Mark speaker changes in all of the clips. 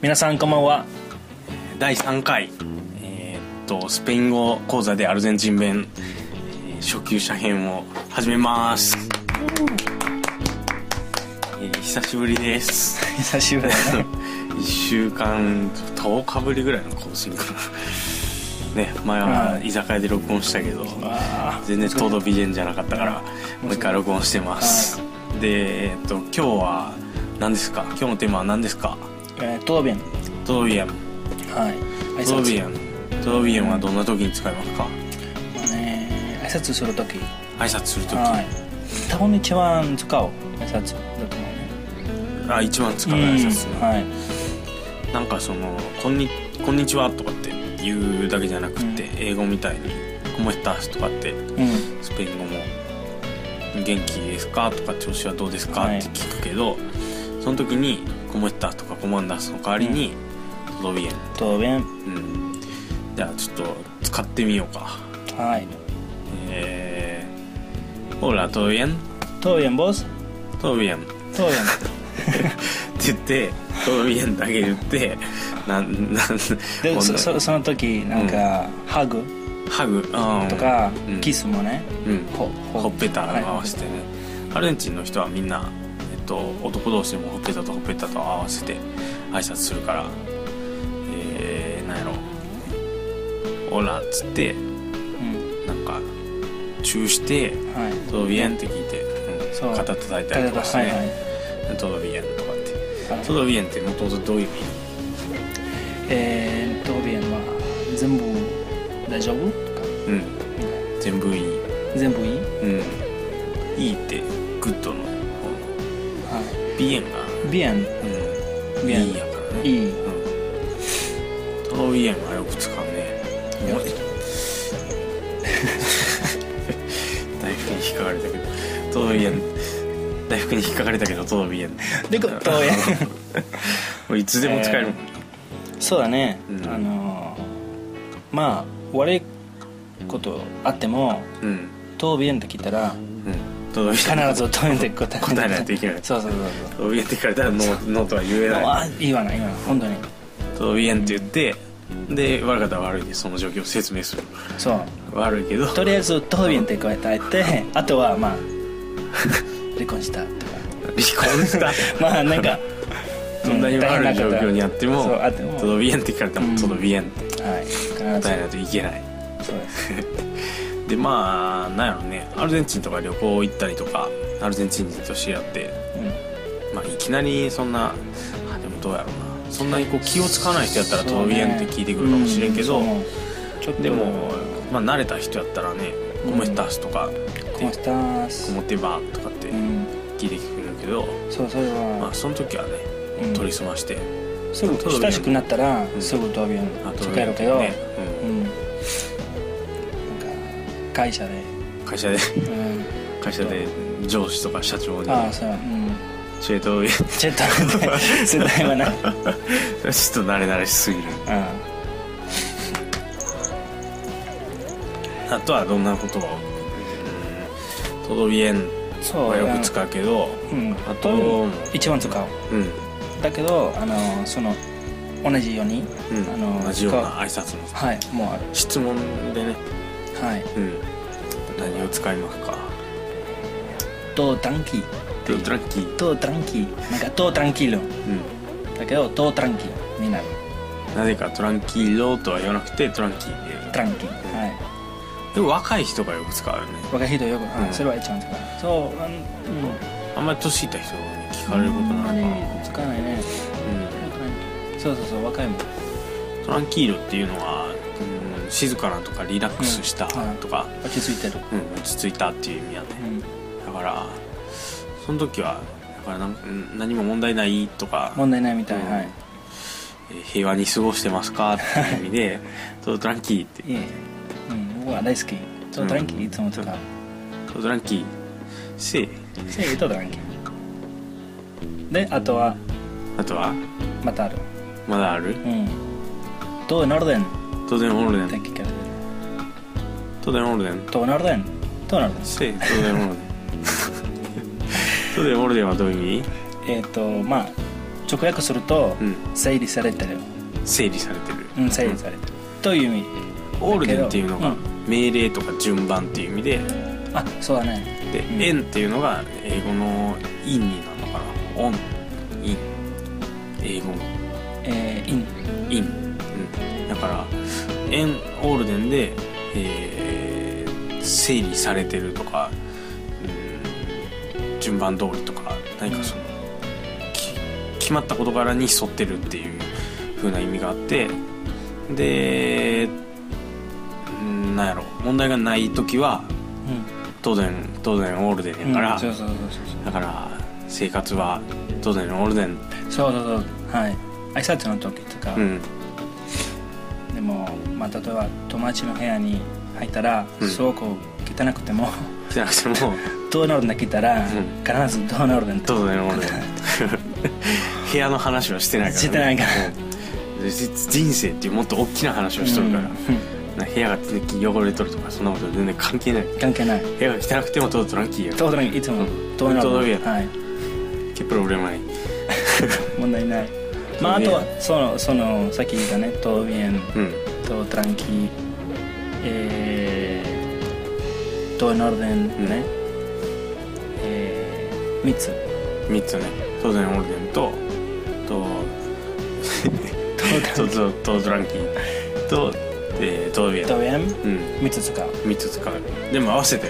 Speaker 1: 皆さんこんば んは
Speaker 2: 第3回、えーっとスペイン語講座でアルゼンチン弁、えー初級者編を始めます、えー久しぶりです
Speaker 1: 久しぶりだね
Speaker 2: 1週間10日ぶりぐらいの更新かなね前は居酒屋で録音したけど、
Speaker 1: あ
Speaker 2: 全然トードビジェンじゃなかったからもう一回録音してますでえーっと今日は何ですか今日のテーマは何ですか
Speaker 1: ーえー、todo bien
Speaker 2: トードビエン
Speaker 1: はい挨
Speaker 2: トードビ
Speaker 1: 拶
Speaker 2: エントードビエンはどんな時に使いますか
Speaker 1: まあね挨拶するとき
Speaker 2: 挨拶する時
Speaker 1: はい多分一番使う挨拶だと思うね
Speaker 2: あ一番使う挨拶
Speaker 1: うん
Speaker 2: な,、
Speaker 1: はい
Speaker 2: なんかそのこんに「こんにちは」とかって言うだけじゃなくて、
Speaker 1: う
Speaker 2: 英語みたいに「コモエタス」とかって
Speaker 1: うん
Speaker 2: スペイン語も「元気ですか?」とか「調子はどうですか?」っ
Speaker 1: はい
Speaker 2: て聞くけど、その時に「コモエタス」とか「コマンダス」の代わりに「ドビエン
Speaker 1: todo bien」
Speaker 2: うんじゃあちょっと使ってみようか
Speaker 1: はい
Speaker 2: えー「オラドビエン
Speaker 1: todo bien vos
Speaker 2: ドビエン」
Speaker 1: todo bien
Speaker 2: って言って「ドビエン」だけ言ってなんなん
Speaker 1: で
Speaker 2: こん
Speaker 1: そ
Speaker 2: な
Speaker 1: そその時なんか、ハグ
Speaker 2: ハグ、うん、
Speaker 1: と、か、
Speaker 2: うん
Speaker 1: キスもね
Speaker 2: うん、
Speaker 1: ほ
Speaker 2: ほっぺたを合わせて
Speaker 1: は
Speaker 2: ね、アルゼンチンの人はみんな、えっと、男同士でもほっぺたとほっぺたと合わせて挨拶するからえー、なんやろ「オラ」っつって
Speaker 1: いうん
Speaker 2: なんかチューして
Speaker 1: はい
Speaker 2: 「トドビエン」って聞いて、うん、
Speaker 1: そう
Speaker 2: 肩叩いたりとかして、
Speaker 1: はいはい
Speaker 2: ね「トドビエン」とかって
Speaker 1: は
Speaker 2: 「
Speaker 1: い
Speaker 2: トドビエン」ってもともとどういう意味
Speaker 1: えー、答弁は全部大丈夫とか
Speaker 2: うん全部いい、
Speaker 1: 全部いい、
Speaker 2: うん、いいってグッドの方の
Speaker 1: は
Speaker 2: ビエンが
Speaker 1: い、bien
Speaker 2: うん、
Speaker 1: ビ
Speaker 2: い
Speaker 1: エン
Speaker 2: いやからね
Speaker 1: いい
Speaker 2: うん、トロイエンはよく使うね
Speaker 1: よく
Speaker 2: 大福に引っかかれたけどトロイエン大福に引っかかれたけどトロイエン
Speaker 1: でこ答 弁
Speaker 2: もういつでも使えるもん、
Speaker 1: そうだね、
Speaker 2: うん
Speaker 1: あのーまあ悪いことあっても
Speaker 2: うん
Speaker 1: 答弁って聞いた
Speaker 2: う
Speaker 1: ら
Speaker 2: んトロイエン
Speaker 1: 必ず答弁って答え
Speaker 2: 答えないといけない
Speaker 1: そうそうそう
Speaker 2: トロイエンって聞かれたらノーノーとは言え
Speaker 1: そ う
Speaker 2: ない
Speaker 1: あ言わない言わない本当に
Speaker 2: トロイエンって言ってで悪かったら悪いでその状況を説明する
Speaker 1: そう
Speaker 2: 悪いけど
Speaker 1: とりあえず答弁って答えてあとは まあ離婚したとか
Speaker 2: 離婚した
Speaker 1: まあなんか
Speaker 2: どんなに悪い状況にあっても
Speaker 1: そうあっても
Speaker 2: トロイエンって聞かれたらトロイエンって
Speaker 1: はい必ず
Speaker 2: 答えないといけない
Speaker 1: そうです
Speaker 2: でまあなんやろねアルゼンチンとか旅行行ったりとかアルゼンチン人と知り合って、まあ、いきなりそんなあでもどうやろうなそんなにこう気を使わない人やったら「トロビエン」って聞いてくるかもしれんけど、
Speaker 1: うそうちょっと
Speaker 2: でも、まあ、慣れた人やったらね「
Speaker 1: うん
Speaker 2: コモエスタス」とか「
Speaker 1: コマスター
Speaker 2: コ
Speaker 1: ス
Speaker 2: モテバ」とかって
Speaker 1: うん
Speaker 2: 聞いてくるけど、
Speaker 1: そうそれ
Speaker 2: まあ
Speaker 1: は
Speaker 2: その時はね
Speaker 1: うん
Speaker 2: 取り澄まして
Speaker 1: すぐ親しくなったら
Speaker 2: ん
Speaker 1: すぐ答弁
Speaker 2: 「あトロ
Speaker 1: 使
Speaker 2: ビエ
Speaker 1: え
Speaker 2: ン
Speaker 1: る
Speaker 2: って
Speaker 1: けど
Speaker 2: ね
Speaker 1: うんなんか会社で
Speaker 2: うん会社で
Speaker 1: うん
Speaker 2: 会社で上司とか社長に
Speaker 1: ああそううん
Speaker 2: 「チェトロビエン」
Speaker 1: ちょっと 世代はな
Speaker 2: ち
Speaker 1: い
Speaker 2: ょっと慣れ慣れしすぎる
Speaker 1: あ
Speaker 2: あとはどんな言葉を「トドビエン」
Speaker 1: そう
Speaker 2: はよく使うけど
Speaker 1: うん
Speaker 2: あと
Speaker 1: 一番使う
Speaker 2: うん、
Speaker 1: だけどあのその同じように
Speaker 2: うん
Speaker 1: あの
Speaker 2: 同じような挨拶の
Speaker 1: はいもうある
Speaker 2: 質問でね、
Speaker 1: はい
Speaker 2: うん、何を使いますか
Speaker 1: と短期
Speaker 2: でトラッキー、
Speaker 1: と短期なんかと短期論
Speaker 2: う
Speaker 1: だけどと短期になる
Speaker 2: ん、なぜかトランキーロとは言わなくてトランキーで言う
Speaker 1: 短期はい
Speaker 2: でも若い人がよく使うよね
Speaker 1: 若い人よく、はい
Speaker 2: うん
Speaker 1: それは一番使うそうあのうん
Speaker 2: あんまり年いった人に聞かれることない
Speaker 1: あ
Speaker 2: かな、
Speaker 1: れ使わないね
Speaker 2: う
Speaker 1: そうそうそう若いもん
Speaker 2: ん、トランキーロっていうのは、うん、静かなとかリラックスしたとか、
Speaker 1: 落ち着いてる
Speaker 2: うん落ち着いたっていう意味やね、
Speaker 1: う
Speaker 2: だ
Speaker 1: ん
Speaker 2: からその時はだからなんうん何も問題ないとか、
Speaker 1: 問題ないみたい、
Speaker 2: うん
Speaker 1: はい
Speaker 2: えー平和に過ごしてますかっていう意味で「トドランキー」って
Speaker 1: いいうん僕は大好きと短期いつも使う、
Speaker 2: 「トドランキー」し
Speaker 1: 正義と短期であとは
Speaker 2: あとは
Speaker 1: またある
Speaker 2: 「まだある
Speaker 1: うんと en orden
Speaker 2: 当然オールデ
Speaker 1: っ
Speaker 2: ン」
Speaker 1: て聞かれる
Speaker 2: 「当然オールデン」
Speaker 1: と en orden と en orden
Speaker 2: し「当然 オールデン」「当然オールデン」はどういう意味
Speaker 1: えっ、とまあ直訳すると、
Speaker 2: うん
Speaker 1: 整理されてる、
Speaker 2: 整理されてる、
Speaker 1: うん、整理されてる、という意味
Speaker 2: オールデンっていうの
Speaker 1: う
Speaker 2: が
Speaker 1: ん
Speaker 2: 命令とか順番っていう意味で
Speaker 1: あそうだね
Speaker 2: で
Speaker 1: う
Speaker 2: 「
Speaker 1: ん
Speaker 2: 円、っていうのが英語の「イン」になるのかな「オン」「イン」英語
Speaker 1: えー、イン
Speaker 2: 「イン」うん、だから「円」オールデンで、えー整理されてるとか、うん、順番通りとか何かその、き決まった事柄に沿ってるっていう風な意味があってで、うん、なんやろ問題がない時は当然当然オールデ
Speaker 1: う
Speaker 2: ンや
Speaker 1: ん
Speaker 2: から、
Speaker 1: そうそうそう
Speaker 2: だから生活は当然オールデン、
Speaker 1: そうそうそうそうそうはい挨拶の時とか、
Speaker 2: うん、
Speaker 1: でも、まあ、例えば友達の部屋に入ったら、
Speaker 2: うん
Speaker 1: すごく汚くても
Speaker 2: じゃなくても
Speaker 1: どのオールデン来たら、
Speaker 2: ん
Speaker 1: 必ずどのオールデンと
Speaker 2: 当然オ ールデン部屋の話はしてないから、ね、
Speaker 1: してないから
Speaker 2: うんでじ人生っていうもっと大きな話をしとるから、な部屋が全然汚れとるとかそんなこと全然関係ない
Speaker 1: うん関係ない
Speaker 2: 部屋が汚くても当然トランキーや
Speaker 1: 当然いつも
Speaker 2: うん
Speaker 1: どのオールデン
Speaker 2: どの
Speaker 1: はい
Speaker 2: 結構俺前に
Speaker 1: 問題ないまああ
Speaker 2: ど
Speaker 1: と
Speaker 2: の
Speaker 1: は
Speaker 2: オール
Speaker 1: そのそのさっき言ったねトービエン
Speaker 2: うん
Speaker 1: とトランキーえー、トーノルデンね、
Speaker 2: うん
Speaker 1: えー、3つ
Speaker 2: 3つね当然オールデンとと
Speaker 1: ト
Speaker 2: とととトランキーとえートービア
Speaker 1: ービエン
Speaker 2: うん
Speaker 1: 3つ使う
Speaker 2: 3つ使うでも合わせて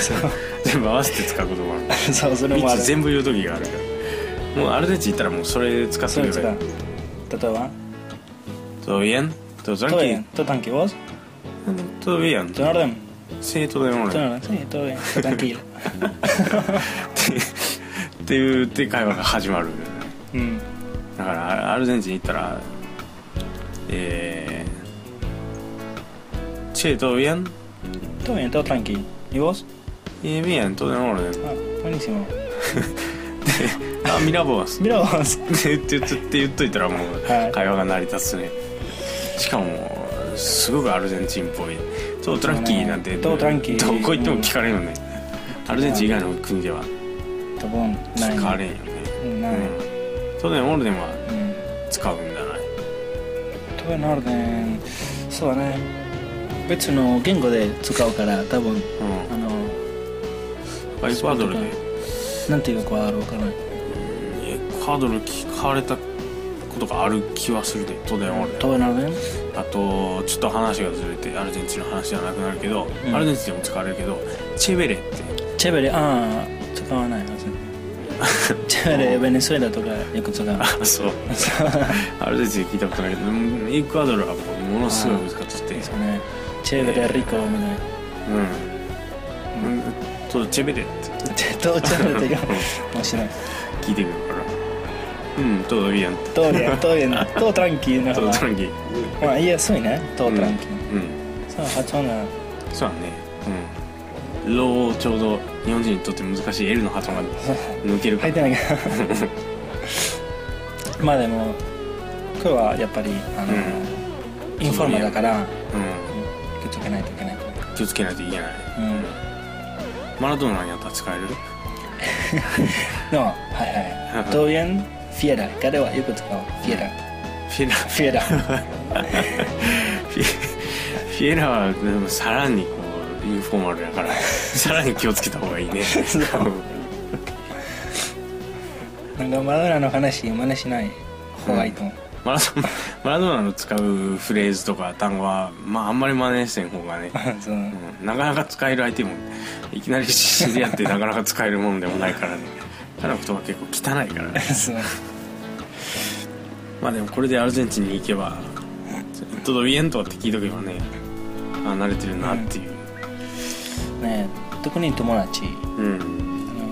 Speaker 1: そう
Speaker 2: 全部合わせて使うこともある
Speaker 1: そうそれもあ
Speaker 2: 3
Speaker 1: る
Speaker 2: つ全部言う時があるからもうアルゼンチン行ったらもうそれ使って
Speaker 1: そ
Speaker 2: くれ
Speaker 1: れ使
Speaker 2: ばいうい
Speaker 1: 例えば
Speaker 2: トビエントドラン
Speaker 1: ト
Speaker 2: キ
Speaker 1: ービエン
Speaker 2: ー
Speaker 1: トータンキーボス
Speaker 2: トビエン
Speaker 1: トーノルデン
Speaker 2: 生徒でも
Speaker 1: トー
Speaker 2: ない
Speaker 1: ノルデントービエントータンキー
Speaker 2: っていうって会話が始まる
Speaker 1: うん
Speaker 2: だからアルゼンチン行ったらえーチェトビエン
Speaker 1: トービエントータンキーイボス
Speaker 2: イビエントデノールデン
Speaker 1: あボニシモ
Speaker 2: あミラボース
Speaker 1: ミラボス
Speaker 2: って言ってって言っといたらもう
Speaker 1: はい
Speaker 2: 会話が成り立つねしかもすごくアルゼンチンっぽいトートランキーなんて
Speaker 1: トートランキー
Speaker 2: どこ行っても聞かれるよねアルゼンチン以外の国では
Speaker 1: 多分ない
Speaker 2: 聞かれんよね
Speaker 1: うん
Speaker 2: う
Speaker 1: ないうん
Speaker 2: ん当然オールデンは使うんじゃない
Speaker 1: トーノルデンそうだね別の言語で使うから多分あの
Speaker 2: うんエクアドルで
Speaker 1: なんていうかわからない
Speaker 2: エクアドル聞かれたことがある気はするで当然オールデン
Speaker 1: トーノルデン
Speaker 2: あとちょっと話がずれてアルゼンチンの話じゃなくなるけど
Speaker 1: うん
Speaker 2: アルゼンチンでも使われるけどチェベレって
Speaker 1: チェベレああ使わないはず チェベレベネズエラとかよく使う
Speaker 2: あそう アルゼンチン聞いたことないけどうんエクアドルはものすごい難しくて
Speaker 1: そうねチェベレリコ
Speaker 2: う
Speaker 1: みたい
Speaker 2: ん、うん、とチェベレって
Speaker 1: なチェトーチェベレが面白い
Speaker 2: 聞いてくるからうんトドリアン
Speaker 1: トーリ アントーリアントートランキーな
Speaker 2: トドランキー
Speaker 1: まあ言いやすいねトートランキー
Speaker 2: うん
Speaker 1: そう発音が
Speaker 2: そうだねうんローをちょうど日本人にとって難しい L の発音が抜けるか
Speaker 1: 入っ
Speaker 2: ら
Speaker 1: てないから まあでも今日はやっぱりあの、
Speaker 2: うん
Speaker 1: インフォーマルだから
Speaker 2: う
Speaker 1: 気をつけないといけないから
Speaker 2: ん気をつけないといけない
Speaker 1: うん
Speaker 2: マラドーナにあったら使える
Speaker 1: でもはいはいトーエンフィエラ彼はよく使うフィエラ
Speaker 2: フィエラ
Speaker 1: フィエラ
Speaker 2: フィフィエラはでもさらにこうインフォーマルだからさらに気をつけた方がいいね
Speaker 1: なんかマドーナの話真似しない方がいいと思う、
Speaker 2: マラドマラドーナの使うフレーズとか単語はまああんまり真似せん方がね
Speaker 1: そう
Speaker 2: うんなかなか使える相手もいきなり知り合ってなかなか使えるもんでもないからね彼の言葉結構汚いからね
Speaker 1: そう
Speaker 2: まあでもこれでアルゼンチンに行けば「トドビエント」って聞いとけばねあ慣れてるなっていう
Speaker 1: ね特に友達
Speaker 2: うん、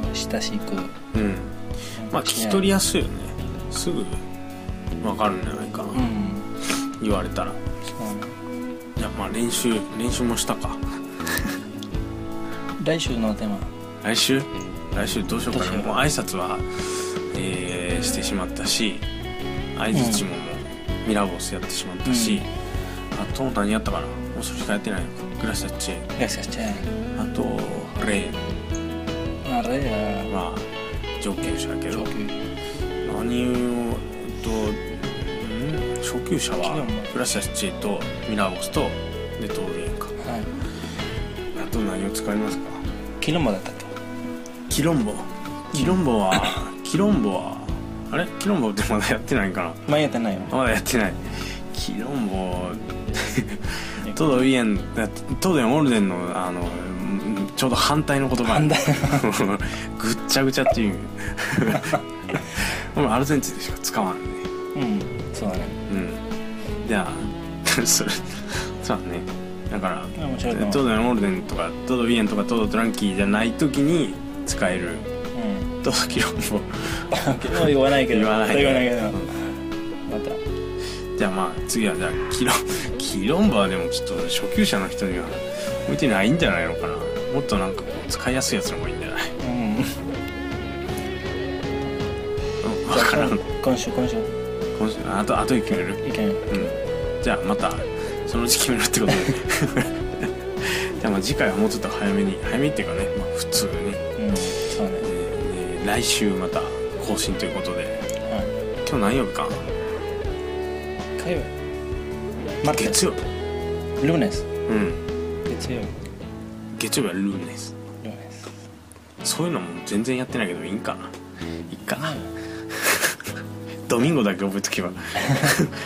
Speaker 1: あの親しく
Speaker 2: うん、まあ聞き取りやすいよねすぐ分かるんじゃないかな、
Speaker 1: うん
Speaker 2: 言われたら
Speaker 1: そう
Speaker 2: いやまあ練習練習もしたか
Speaker 1: 来週のテーマ
Speaker 2: 来週来週どうしようかな
Speaker 1: どうしよう
Speaker 2: もう挨拶は、えーしてしまったし相づちももうミラボスやってしまったし、あと何やったかなもうそれしかやってないのかグラシャッチェ
Speaker 1: gracias che
Speaker 2: あとレイ
Speaker 1: una regla
Speaker 2: は上級者やけど
Speaker 1: Tokyo
Speaker 2: ま何をとん初級者は
Speaker 1: 昨日も
Speaker 2: フラッシャー7とミラーボスとでトールインか
Speaker 1: はい、
Speaker 2: あと何を使いますか
Speaker 1: キロもだったと
Speaker 2: キロンボキロンボはキロンボはあれキロンボってまだやってないんか
Speaker 1: 前やってないよ
Speaker 2: なまだやってないキロンボトドイエンあトドエンオルデンのあのうんちょうど反対の言葉
Speaker 1: 反対
Speaker 2: ぐっちゃぐちゃっていう 意味俺アルゼンチンでしか使わんね
Speaker 1: うんそうだね
Speaker 2: うんじゃあ それそうだねだから
Speaker 1: あ面白いと思う
Speaker 2: トドエンオルデンとかトドイエンとかトドトランキーじゃない時に使える
Speaker 1: うん
Speaker 2: トドキロンボ
Speaker 1: 昨日言わないけど
Speaker 2: 言わないけど
Speaker 1: 言わないけどまた
Speaker 2: じゃあまあ次はじゃあキロン キロンバはでもちょっと初級者の人には向いてないんじゃないのかなもっとなんかこう使いやすいやつの方がいいんじゃない
Speaker 1: うん
Speaker 2: うん分からん
Speaker 1: じゃあ今週今週
Speaker 2: 今週あとあとで決める
Speaker 1: 意見
Speaker 2: うんじゃあまたそのうち決めるってことで じゃあまあ次回はもうちょっと早めに早めっていうかね、まあ、普通に、
Speaker 1: うんそうね
Speaker 2: えーえー来週また更新ということで
Speaker 1: は
Speaker 2: 今日何曜日か
Speaker 1: い火曜日待って
Speaker 2: 月曜日
Speaker 1: ルーネス
Speaker 2: うん
Speaker 1: 月曜日
Speaker 2: 月曜日はルーネス
Speaker 1: ルーネス
Speaker 2: そういうのも全然やってないけどいいんかないいかなドミンゴだけ覚えとけば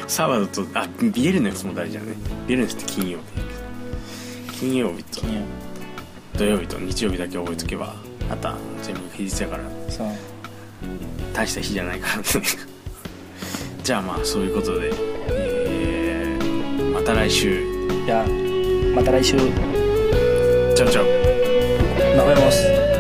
Speaker 2: サバドとあビエルネスも大事だねビエルネスって金曜日金曜日と
Speaker 1: 金曜
Speaker 2: 土曜日と日曜日だけ覚えとけばあとは全部平日だから
Speaker 1: 日そう
Speaker 2: 大した日じゃないからね じゃあまあそういうことで、えーまた来週
Speaker 1: じゃあまた来週
Speaker 2: チャオチャオ
Speaker 1: nos vemos